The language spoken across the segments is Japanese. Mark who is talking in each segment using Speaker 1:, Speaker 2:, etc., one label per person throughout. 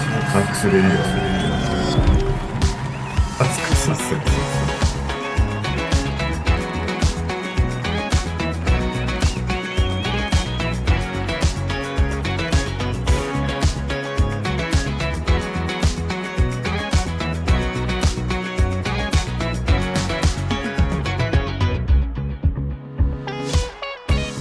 Speaker 1: 滑りがする暑くさせる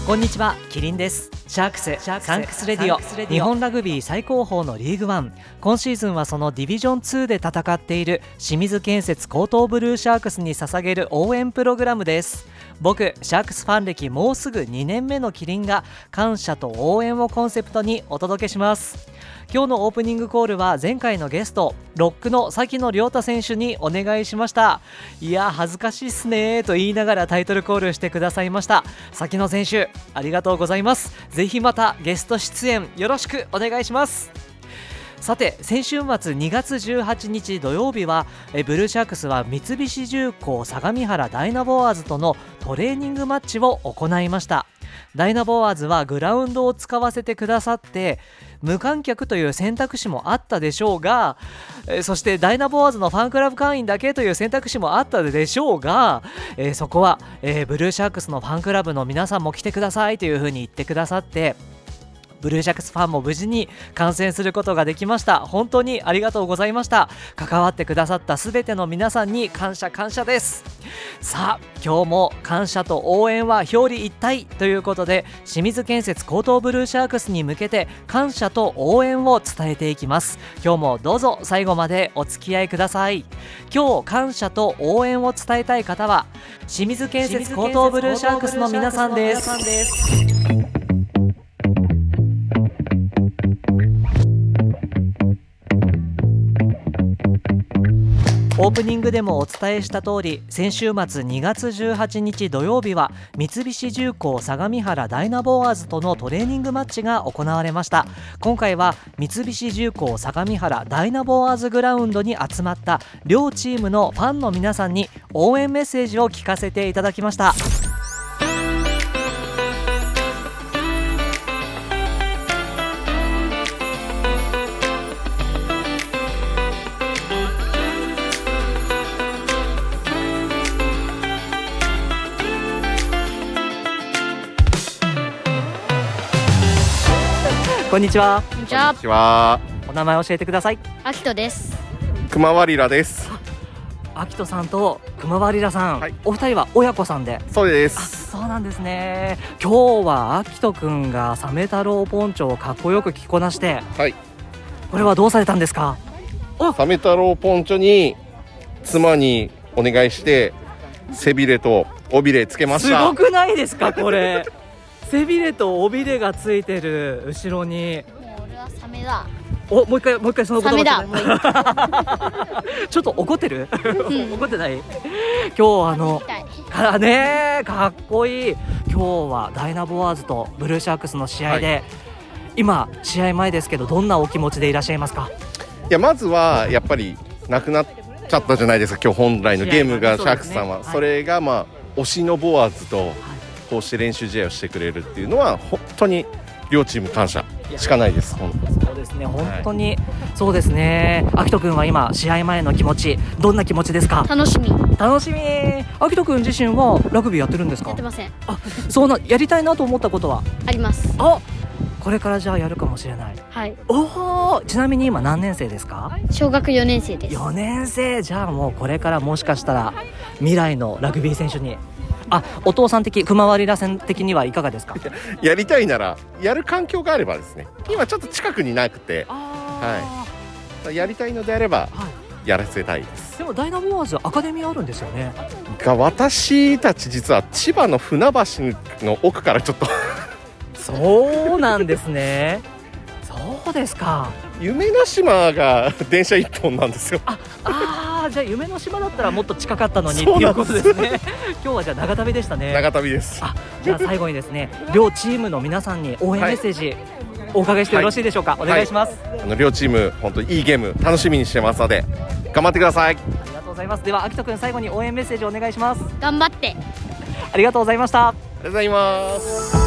Speaker 2: こんにちは
Speaker 3: キリンです
Speaker 2: シャークス
Speaker 3: シャークス
Speaker 2: サンクスレディ
Speaker 3: サンクス
Speaker 2: オ
Speaker 3: レディオ
Speaker 2: 日本ラグビー最高峰のリーグワン今シーズンはそのディビジョン2で戦っている清水建設高等ブルーシャークスに捧げる応援プログラムです僕シャークスファン歴もうすぐ2年目のキリンが感謝と応援をコンセプトにお届けします今日のオープニングコールは前回のゲストロックの崎野亮太選手にお願いしましたいや恥ずかしいっすねーと言いながらタイトルコールしてくださいました崎野選手ありがとうございますぜひまたゲスト出演よろしくお願いしますさて先週末2月18日土曜日はえブルーシャークスは三菱重工相模原ダイナボアーズとのトレーニングマッチを行いましたダイナボアーズはグラウンドを使わせてくださって無観客という選択肢もあったでしょうがえーそしてダイナボアーズのファンクラブ会員だけという選択肢もあったでしょうが、えーそこは、えーブルーシャークスのファンクラブの皆さんも来てくださいというふうに言ってくださってブルージャックスファンも無事に観戦することができました本当にありがとうございました関わってくださったすべての皆さんに感謝感謝ですさあ今日も感謝と応援は表裏一体ということで清水建設高等ブルーシャークスに向けて感謝と応援を伝えていきます今日もどうぞ最後までお付き合いください今日感謝と応援を伝えたい方は清水建設高等ブルーシャークスの皆さんですオープニングでもお伝えした通り先週末2月18日土曜日は三菱重工相模原ダイナボアーズとのトレーニングマッチが行われました今回は三菱重工相模原ダイナボアーズグラウンドに集まった両チームのファンの皆さんに応援メッセージを聞かせていただきましたこんにちは
Speaker 4: こんにちは
Speaker 1: こんに、ちは
Speaker 2: お名前教えてください
Speaker 4: あきとです。
Speaker 1: 熊ワリラです
Speaker 2: アキトさんと熊ワリラさん、
Speaker 1: はい
Speaker 2: お二人は親子さんで
Speaker 1: そうで
Speaker 2: あ
Speaker 1: す
Speaker 2: そうなんですね今日はあきとくんがサメ太郎ポンチョをかっこよく着こなして
Speaker 5: はい、
Speaker 2: これはどうされたんですか
Speaker 5: サメ太郎ポンチョに妻にお願いして背びれと尾びれつけまし
Speaker 2: す
Speaker 5: た
Speaker 2: ごくないですかこれ 背びれと尾びれがついてる後ろに
Speaker 4: もう俺はサメだ。
Speaker 2: おもう一回もう一回その言葉
Speaker 4: サメだ
Speaker 2: ちょっとちょっと怒ってる 怒ってない今日あの
Speaker 4: みたい。
Speaker 2: からねかっこいい今日はダイナボアーズとブルーシャークスの試合で、今試合前ですけどどんなお気持ちでいらっしゃいますか
Speaker 5: いやまずはやっぱりなくなっちゃったじゃないですか今日本来のゲームが
Speaker 2: 試
Speaker 5: シ
Speaker 2: 合が
Speaker 5: ャークスさんは、
Speaker 2: そうですね
Speaker 5: それがまあ推しのボアーズとこうして練習試合をしてくれるっていうのは本当に両チーム感謝しかないです本当
Speaker 2: そうですね本当に、そうですねあきとくんは今試合前の気持ちどんな気持ちですか
Speaker 4: 楽しみ。や
Speaker 2: 楽しみあきとくん自身はラグビーやってるんですか
Speaker 4: ってません。
Speaker 2: あそうなやりたいなと思ったことは
Speaker 4: あります。
Speaker 2: あこれからじゃあやるかもしれない
Speaker 4: はい。
Speaker 2: おおちなみに今何年生ですか
Speaker 4: 小学4年生です。
Speaker 2: 4年生じゃあもうこれからもしかしたら未来のラグビー選手にあお父さん的熊割らさん的にはいかがですか
Speaker 5: やりたいならやる環境があればですね今ちょっと近くになくて
Speaker 2: あ
Speaker 5: やりたいのであれば
Speaker 2: は
Speaker 5: やらせたいです
Speaker 2: い、でもダイナモアーズアカデミーあるんですよね
Speaker 5: が私たち実は千葉の船橋の奥からちょっと
Speaker 2: そうなんですねそうですか
Speaker 5: 夢の島が電車一本なんですよ
Speaker 2: ああじゃあ夢の島だったらもっと近かったのにって
Speaker 5: そう
Speaker 2: い
Speaker 5: な
Speaker 2: うん
Speaker 5: で
Speaker 2: こ
Speaker 5: す
Speaker 2: とですね今日はじゃあ長旅でしたね
Speaker 5: 長旅です
Speaker 2: あじゃあ最後にですね両チームの皆さんに応援メッセージお伺いしてよろしいでしょうか、
Speaker 5: い
Speaker 2: お願いします、
Speaker 5: あの両チーム本当いいゲーム楽しみにしてますので頑張ってください
Speaker 2: ありがとうございますではあきとくん最後に応援メッセージお願いします
Speaker 4: 頑張って。
Speaker 2: ありがとうございました
Speaker 5: ありがとうございます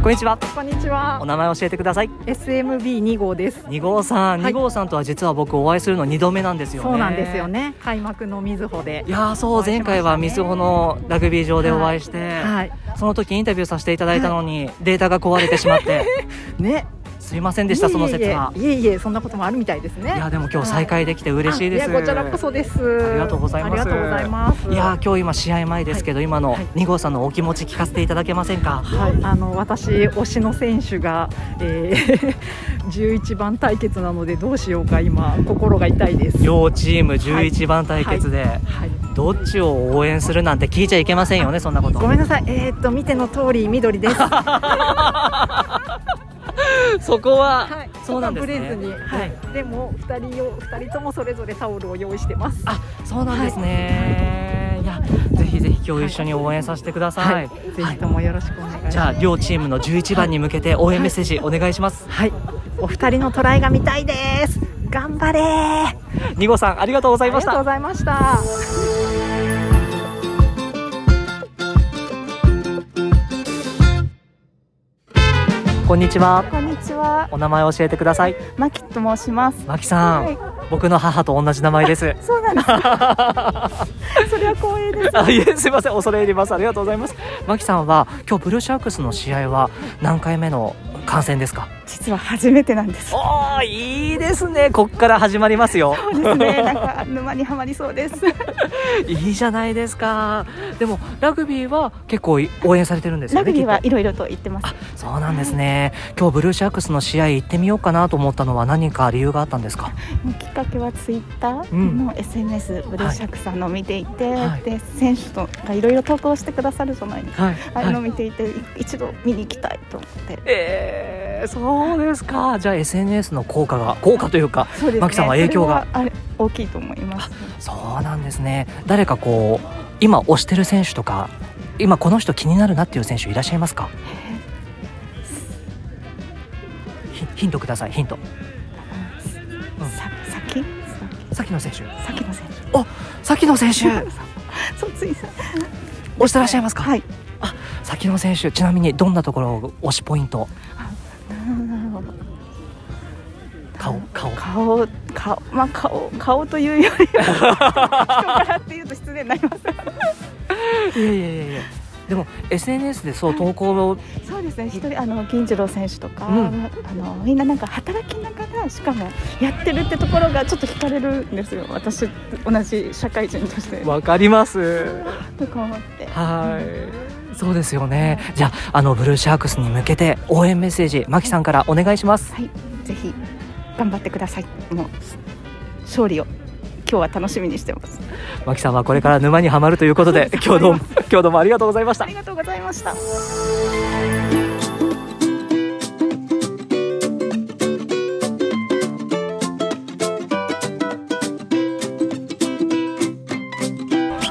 Speaker 2: こんにちは。
Speaker 3: こんにち
Speaker 2: お
Speaker 3: は。
Speaker 2: 名前教えてください。
Speaker 3: SMB2 号です。
Speaker 2: 二号さん、二
Speaker 3: はい
Speaker 2: 号さんとは実は僕お会いするの二度目なんですよね。
Speaker 3: そうなんですよ。ね。開幕のみずほで
Speaker 2: い。やーそう
Speaker 3: お会いしましたね
Speaker 2: 前回はミスホのラグビー場でお会いして、
Speaker 3: はい。
Speaker 2: その時インタビューさせていただいたのに、データが壊れてしまって
Speaker 3: ね。
Speaker 2: すいませんでしたその説はい
Speaker 3: えいえいえいえそんなこともあるみたいですね。
Speaker 2: いやでも今日再会できて嬉しいです、
Speaker 3: あやこちらこそです。
Speaker 2: ありがとうございます
Speaker 3: ありがとうございます。
Speaker 2: いやー今日今試合前ですけど、今の
Speaker 3: はい
Speaker 2: 二号さんのお気持ち聞かせていただけませんか、
Speaker 3: はい、あの私、推しの選手が、えー 11番対決なのでどうしようか今、心が痛いです。
Speaker 2: 両チーム11番対決で、
Speaker 3: はい、
Speaker 2: どっちを応援するなんて聞いちゃいけませんよねそんなこと
Speaker 3: ごめんなさい、えー、っと見ての通り緑です。は
Speaker 2: そこは、
Speaker 3: い、
Speaker 2: そうなんですね
Speaker 3: そこはブレずに、は
Speaker 2: はい
Speaker 3: い、でも二人を二人ともそれぞれタオルを用意してます。
Speaker 2: あそうなんですね、い、やぜひぜひ今日一緒に応援させてください、
Speaker 3: ぜひともよろしくお願いします。
Speaker 2: じゃあ両チームの11番に向けて応援メッセージお願いします
Speaker 3: はい、お二人のトライが見たいです。頑張れー。
Speaker 2: 二号さんありがとうございまし
Speaker 3: ありがと
Speaker 2: た
Speaker 3: うございました。
Speaker 2: こんにちは
Speaker 6: こんにちは、
Speaker 2: お名前教えてください
Speaker 6: マキと申します。
Speaker 2: マキさん、
Speaker 6: はい
Speaker 2: 僕の母と同じ名前です
Speaker 6: そう なんですか。それは光栄です。
Speaker 2: あいえすいません恐れ入りますありがとうございますマキさんは今日ブルーシャークスの試合は何回目の観戦ですか
Speaker 6: 実は初めてなんです。そ
Speaker 2: おーいいですねこっから始まりますよ
Speaker 6: うですね。なんか沼にはまりそうです。
Speaker 2: いいじゃないですかでもラグビーは結構応援されてるんです よ
Speaker 6: ラ
Speaker 2: ね
Speaker 6: グビーは
Speaker 2: きっ
Speaker 6: いろいろと言ってます。
Speaker 2: とそうなんですね今日ブルーシャークスの試合行ってみようかなと思ったのは何か理由があったんですか
Speaker 6: もうきっかけはツイッター
Speaker 2: うん
Speaker 6: の SNS ブルーシャークさんのを見ていて、
Speaker 2: はい
Speaker 6: で選手とかいろいろ投稿してくださるじゃないですか。
Speaker 2: はい、
Speaker 6: ああいうのを見ていて、い一度見に行きたいと思って。
Speaker 2: えー、そうですかじゃあ SNS の効果が効果というか
Speaker 6: そうですね。
Speaker 2: マキさんは影響が
Speaker 6: それはあれ大きいと思います。
Speaker 2: そうなんですね誰かこう今推してる選手とか今この人気になるなっていう選手いらっしゃいますかヒヒントくださいヒントうん
Speaker 6: さ先
Speaker 2: 先の選手
Speaker 6: 先の選手。
Speaker 2: 先の選手
Speaker 6: そうついさ。
Speaker 2: 推してらっしゃいますか、
Speaker 6: はい。
Speaker 2: 先の選手ちなみにどんなところを推しポイント
Speaker 6: なんだろう
Speaker 2: 顔顔
Speaker 6: 顔顔まあ顔顔というより は人柄っていうと失礼になります
Speaker 2: いやいやいやいやでも SNS でそう投稿を
Speaker 6: そうですね一人あの銀次郎選手とか、
Speaker 2: うん
Speaker 6: あのみんななんか働きながらしかもやってるってところがちょっと惹かれるんですよ私同じ社会人として
Speaker 2: わかります
Speaker 6: とか思って
Speaker 2: はいそうですよねじゃああのブルーシャークスに向けて応援メッセージマキさんからお願いします
Speaker 6: はいぜひ頑張ってくださいもう勝利を今日は楽しみにしてます
Speaker 2: マキさんはこれから沼にはまるということで今日どうも 今日どうもありがとうございました
Speaker 6: ありがとうございました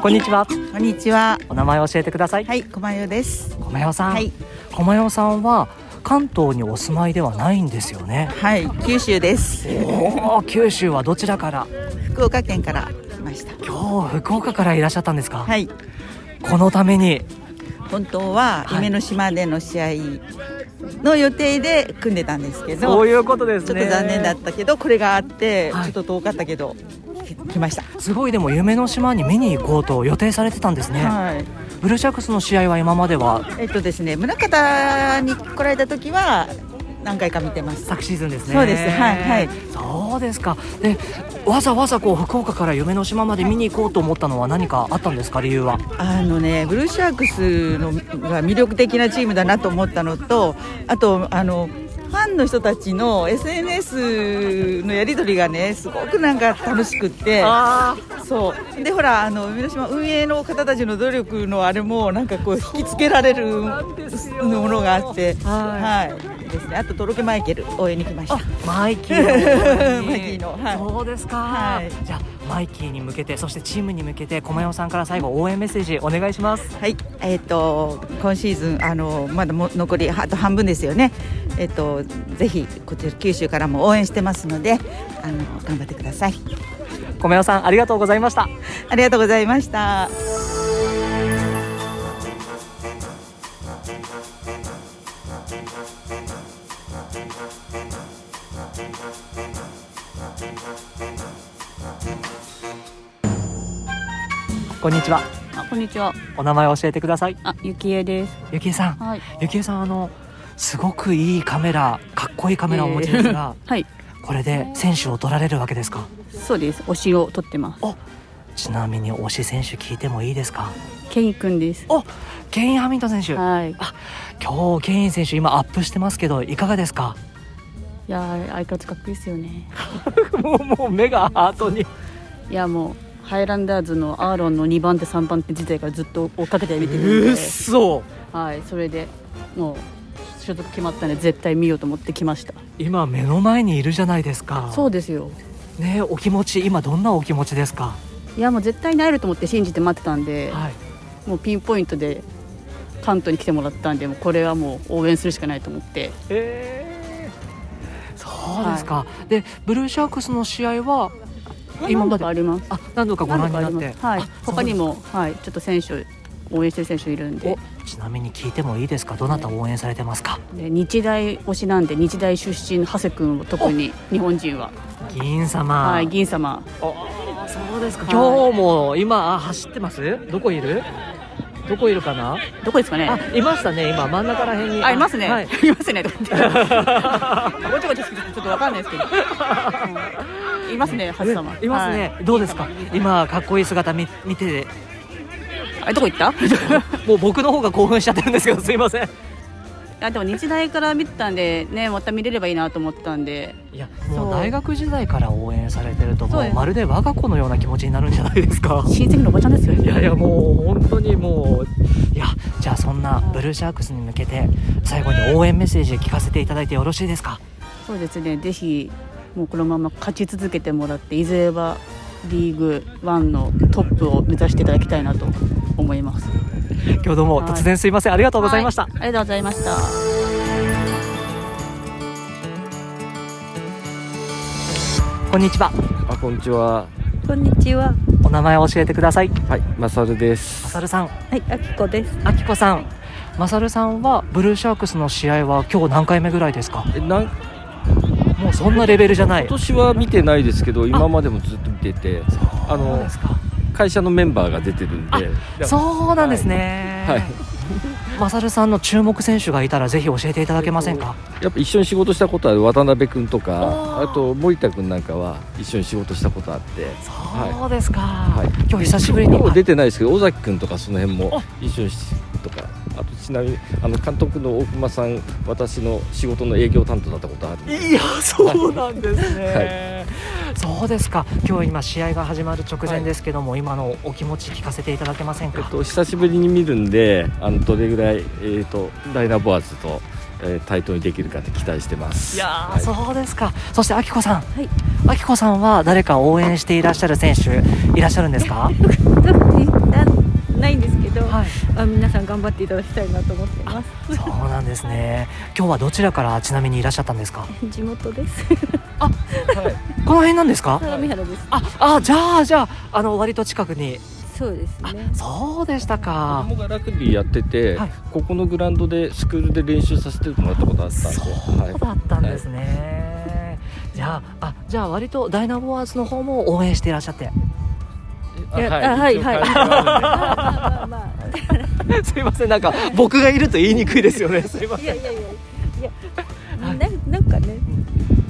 Speaker 2: こんにちは
Speaker 7: こんにちは。
Speaker 2: お名前を教えてください、
Speaker 7: はい、こまゆです。
Speaker 2: 駒代さん、
Speaker 7: はい、
Speaker 2: 駒代さんは関東にお住まいではないんですよね
Speaker 7: はい、九州です。
Speaker 2: おお九州はどちらから
Speaker 7: 福岡県から来ました。
Speaker 2: 今日福岡からいらっしゃったんですか、
Speaker 7: はい、
Speaker 2: このために
Speaker 7: 本当は
Speaker 2: はい
Speaker 7: 夢の島での試合の予定で組んでたんですけど、
Speaker 2: そういうことです
Speaker 7: ちょっ
Speaker 2: ね
Speaker 7: と残念だったけど、これがあって、
Speaker 2: はい
Speaker 7: ちょっと遠かったけどき来ました。
Speaker 2: すごいでも夢の島に見に行こうと予定されてたんですね、
Speaker 7: はい。
Speaker 2: ブルーシャークスの試合は今までは
Speaker 7: えっとですね、宗像に来られた時は何回か見てました。
Speaker 2: 昨シーズンですね
Speaker 7: そうですはいはい
Speaker 2: そうですかでわざわざこう福岡から夢の島まで見に行こうと思ったのは何かあったんですか理由は
Speaker 7: あのね、ブルーシャークスのが魅力的なチームだなと思ったのとあとあのファンの人たちの SNS のやり取りがねすごくなんか楽しくってそうでほらあの海の島運営の方たちの努力のあれもなんかこう引きつけられるものがあってはい、ですねあととろけマイケル応援に来ました
Speaker 2: マイキーの
Speaker 7: マイキーのはい
Speaker 2: そうですか、
Speaker 7: はい
Speaker 2: じゃあマイキーに向けてそしてチームに向けて駒山さんから最後応援メッセージお願いします
Speaker 7: はい、えっ、と今シーズンあのまだも残りあと半分ですよね。えっ、とぜひこちら九州からも応援してますので、あの頑張ってください。
Speaker 2: 駒山さんありがとうございました
Speaker 7: ありがとうございました。
Speaker 2: こんにちは。
Speaker 8: あこんにちは。
Speaker 2: お名前を教えてください。
Speaker 8: あゆきえです。
Speaker 2: ゆきえさん。
Speaker 8: はい。
Speaker 2: ゆきえさんあのすごくいいカメラ、かっこいいカメラをお持ちですが、
Speaker 8: はい。
Speaker 2: これで選手を撮られるわけですか。
Speaker 8: そうです。推しを撮ってます。
Speaker 2: ちなみに推し選手聞いてもいいですか。
Speaker 8: ケイくんです。
Speaker 2: ケインハミントン選手。
Speaker 8: はい。い
Speaker 2: 今日ケイン選手今アップしてますけどいかがですか。
Speaker 8: やー相変わらずかっこいいですよね。
Speaker 2: もうもう目がハートに。
Speaker 8: いやもうハイランダーズのアーロンの2番手3番手自体からずっと追っかけて見てるんで、
Speaker 2: そ。
Speaker 8: はい。それでもう所属決まったんで絶対見ようと思って来ました。
Speaker 2: 今目の前にいるじゃないですか。
Speaker 8: そうですよ。
Speaker 2: ねお気持ち今どんなお気持ちですか。
Speaker 8: いやもう絶対なえると思って信じて待ってたんで、
Speaker 2: はい。
Speaker 8: もうピンポイントで関東に来てもらったんで、もうこれはもう応援するしかないと思って。
Speaker 2: そうですか。でブルーシャークスの試合は今ま
Speaker 8: 何度
Speaker 2: で
Speaker 8: かあります。
Speaker 2: あ何度かご覧になっ
Speaker 8: 何度かあり
Speaker 2: て
Speaker 8: ますはい
Speaker 2: あ、
Speaker 8: 他にも、はい、ちょっと選手応援してる選手いるんで
Speaker 2: ちなみに聞いてもいいですかどなたを応援されてますか
Speaker 8: で日大推しなんで日大出身の長谷君を特に日本人は、
Speaker 2: 銀様、
Speaker 8: はい、銀様
Speaker 2: そうですか
Speaker 8: はい
Speaker 2: 今日も今あ走ってますどこいるどこいるかな
Speaker 8: どこですかね
Speaker 2: あ
Speaker 8: あ
Speaker 2: いましたね今真ん中ら辺に
Speaker 8: いますね、
Speaker 2: はいい、、
Speaker 8: ま すねとか言ってごちゃごちゃしててちょっとわかんないですけど、うんいますね長谷様
Speaker 2: いますね、どうですか今かっこいい姿見見てて
Speaker 8: はいあどこ行った
Speaker 2: もう僕の方が興奮しちゃってるんですけどすいません
Speaker 8: あでも日大から見てたんでねまた見れればいいなと思ったんで
Speaker 2: いや
Speaker 8: そ
Speaker 2: も
Speaker 8: う
Speaker 2: う大学時代から応援されてると
Speaker 8: そう
Speaker 2: も
Speaker 8: で
Speaker 2: う
Speaker 8: す
Speaker 2: まるで我が子のような気持ちになるんじゃないですか
Speaker 8: 親戚のおばちゃんですよ
Speaker 2: いやいやもう本当にもういやじゃあそんなブルーシャークスに向けて最後に応援メッセージ聞かせていただいてよろしいですか
Speaker 8: そうですね、ぜひもうこのまま勝ち続けてもらって、いずれはリーグワンのトップを目指していただきたいなと思います。あり
Speaker 2: 今日どうも
Speaker 8: はい
Speaker 2: 突然すいませんありがとうございました、
Speaker 8: ありがとうございました。
Speaker 2: こんにちは
Speaker 9: あこんにちは。
Speaker 10: こんにちは。
Speaker 2: お名前を教えてください
Speaker 9: はい、マサルです。
Speaker 2: マサルさん
Speaker 10: はい、あきこです。
Speaker 2: あきこさんマサルさんはブルーシャークスの試合は今日何回目ぐらいですか
Speaker 9: えなん
Speaker 2: もうそんなレベルじゃない
Speaker 9: 今年は見てないですけど、今までもずっと見てて、あ
Speaker 2: そう
Speaker 9: の
Speaker 2: ですか
Speaker 9: 会社のメンバーが出てるんで、
Speaker 2: そうなんですね、
Speaker 9: はい、
Speaker 2: マサルさんの注目選手がいたらぜひ教えていただけませんか、
Speaker 9: やっぱ一緒に仕事したことある渡辺君とか、
Speaker 2: あー
Speaker 9: あと森田君なんかは一緒に仕事したことあって、い
Speaker 2: そうですか、
Speaker 9: い
Speaker 2: 今日久しぶりに
Speaker 9: 今日出てないですけど、尾崎君とかその辺も
Speaker 2: あ
Speaker 9: 一緒にしとか、あとちなみにあの監督の大熊さん、私の仕事の営業担当だったことあるんで。
Speaker 2: いやそうなんですね、そうですか今日今試合が始まる直前ですけども、今のお気持ち聞かせていただけません
Speaker 9: え
Speaker 2: か、
Speaker 9: っと、久しぶりに見るんであのどれぐらい、えー、とダイナボアーズと、えー対等にできるかって期待してます
Speaker 2: いやー、
Speaker 9: はい
Speaker 2: そうですかそしてあきこさん、
Speaker 10: はい
Speaker 2: あきこさんは誰か応援していらっしゃる選手いらっしゃるんですか
Speaker 10: 特になないんですけど、
Speaker 2: はい
Speaker 10: あ皆さん頑張っていただきたいなと思ってます。
Speaker 2: そうなんですね今日はどちらからちなみにいらっしゃったんですか
Speaker 10: 地元です。
Speaker 2: この辺なんですか
Speaker 10: 相模 原です。
Speaker 2: ああじゃあじゃああの割と近くに
Speaker 10: そうですね。
Speaker 2: そうでした
Speaker 9: 子
Speaker 2: か
Speaker 9: 供がラグビーやってて、
Speaker 2: はい
Speaker 9: ここのグラウンドでスクールで練習させてもらったことあったんで、はい
Speaker 2: そうだったんですね、じゃああじゃあ割とダイナボアーズの方も応援していらっしゃって
Speaker 9: あ
Speaker 10: いや
Speaker 9: はい
Speaker 10: あはい
Speaker 9: 一応会話があるん
Speaker 10: まあ
Speaker 9: で
Speaker 10: まあまあ
Speaker 2: すいませんなんか僕がいると言いにくいですよねすいま
Speaker 10: い
Speaker 2: せ
Speaker 10: や
Speaker 2: ん
Speaker 10: いやいやいや
Speaker 2: は
Speaker 10: ないなんかね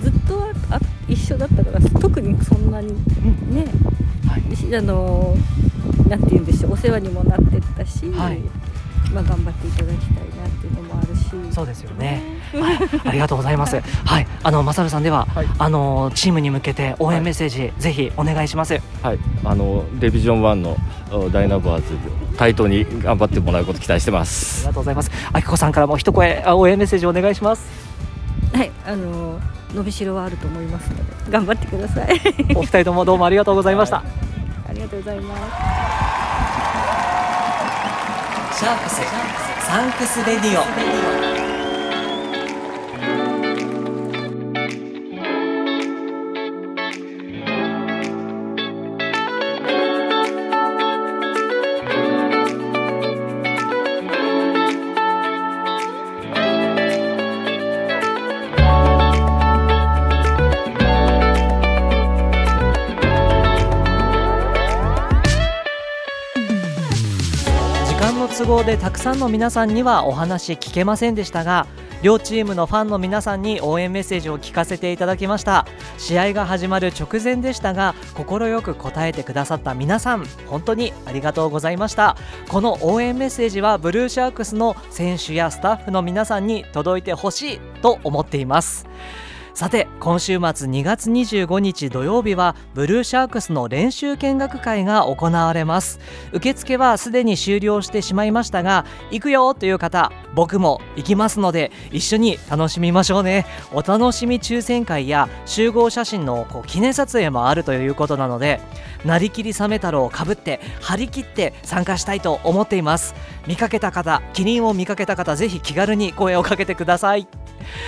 Speaker 10: ずっとああ一緒だったから特にそんなにね、
Speaker 2: はい
Speaker 10: しあのなんて言うんでしょうお世話にもなってったし、
Speaker 2: はい
Speaker 10: まあ頑張っていただきたいなっていうのもあるし。
Speaker 2: そうですよね、はい、ありがとうございますはいあのマサルさんでは、あのチームに向けて応援メッセージ、ぜひお願いします
Speaker 9: はい、あのデビジョン1のおダイナボアーズ対等に頑張ってもらうこと期待してま
Speaker 2: あり
Speaker 9: す
Speaker 2: がとうございますあきこさんからも一声あ応援メッセージお願いします
Speaker 10: はい、あの伸びしろはあると思いますので頑張ってください
Speaker 2: お二人ともどうもありがとうございました、
Speaker 10: ありがとうございます
Speaker 2: シャークスサンクスレディオ都合でたくさんの皆さんにはお話聞けませんでしたが両チームのファンの皆さんに応援メッセージを聞かせていただきました試合が始まる直前でしたが快く答えてくださった皆さん本当にありがとうございましたこの応援メッセージはブルーシャークスの選手やスタッフの皆さんに届いてほしいと思っていますさて今週末2月25日土曜日はブルーシャークスの練習見学会が行われます受付はすでに終了してしまいましたが行くよという方僕も行きますので一緒に楽しみましょうねお楽しみ抽選会や集合写真のこう記念撮影もあるということなのでなりきりサメ太郎をかぶって張り切って参加したいと思っています見かけた方キリンを見かけた方ぜひ気軽に声をかけてください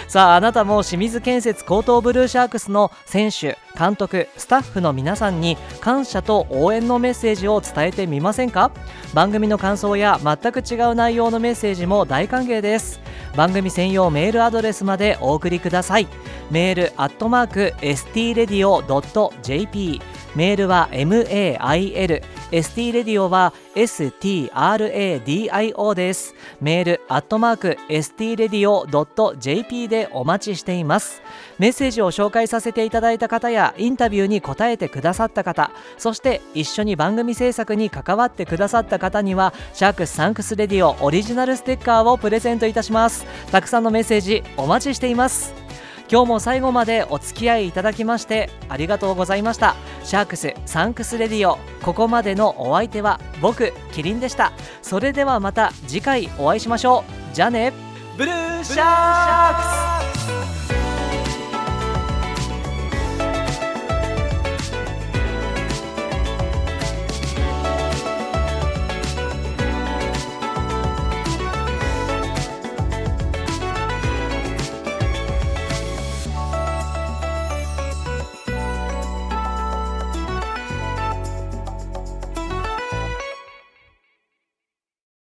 Speaker 2: さああなたも清水建設高等ブルーシャークスの選手監督スタッフの皆さんに感謝と応援のメッセージを伝えてみませんか番組の感想や全く違う内容のメッセージも大歓迎です番組専用メールアドレスまでお送りくださいメールアットマーク stradio.jp メールは mail stradio は stradio ですメールアットマーク stradio.jp でお待ちしていますメッセージを紹介させていただいた方やインタビューに答えてくださった方そして一緒に番組制作に関わってくださった方にはシャークスサンクスレディオオリジナルステッカーをプレゼントいたしますたくさんのメッセージお待ちしています今日も最後までお付き合いいただきましてありがとうございましたシャークスサンクスレディオここまでのお相手は僕キリンでしたそれではまた次回お会いしましょうじゃあねブルーシャークス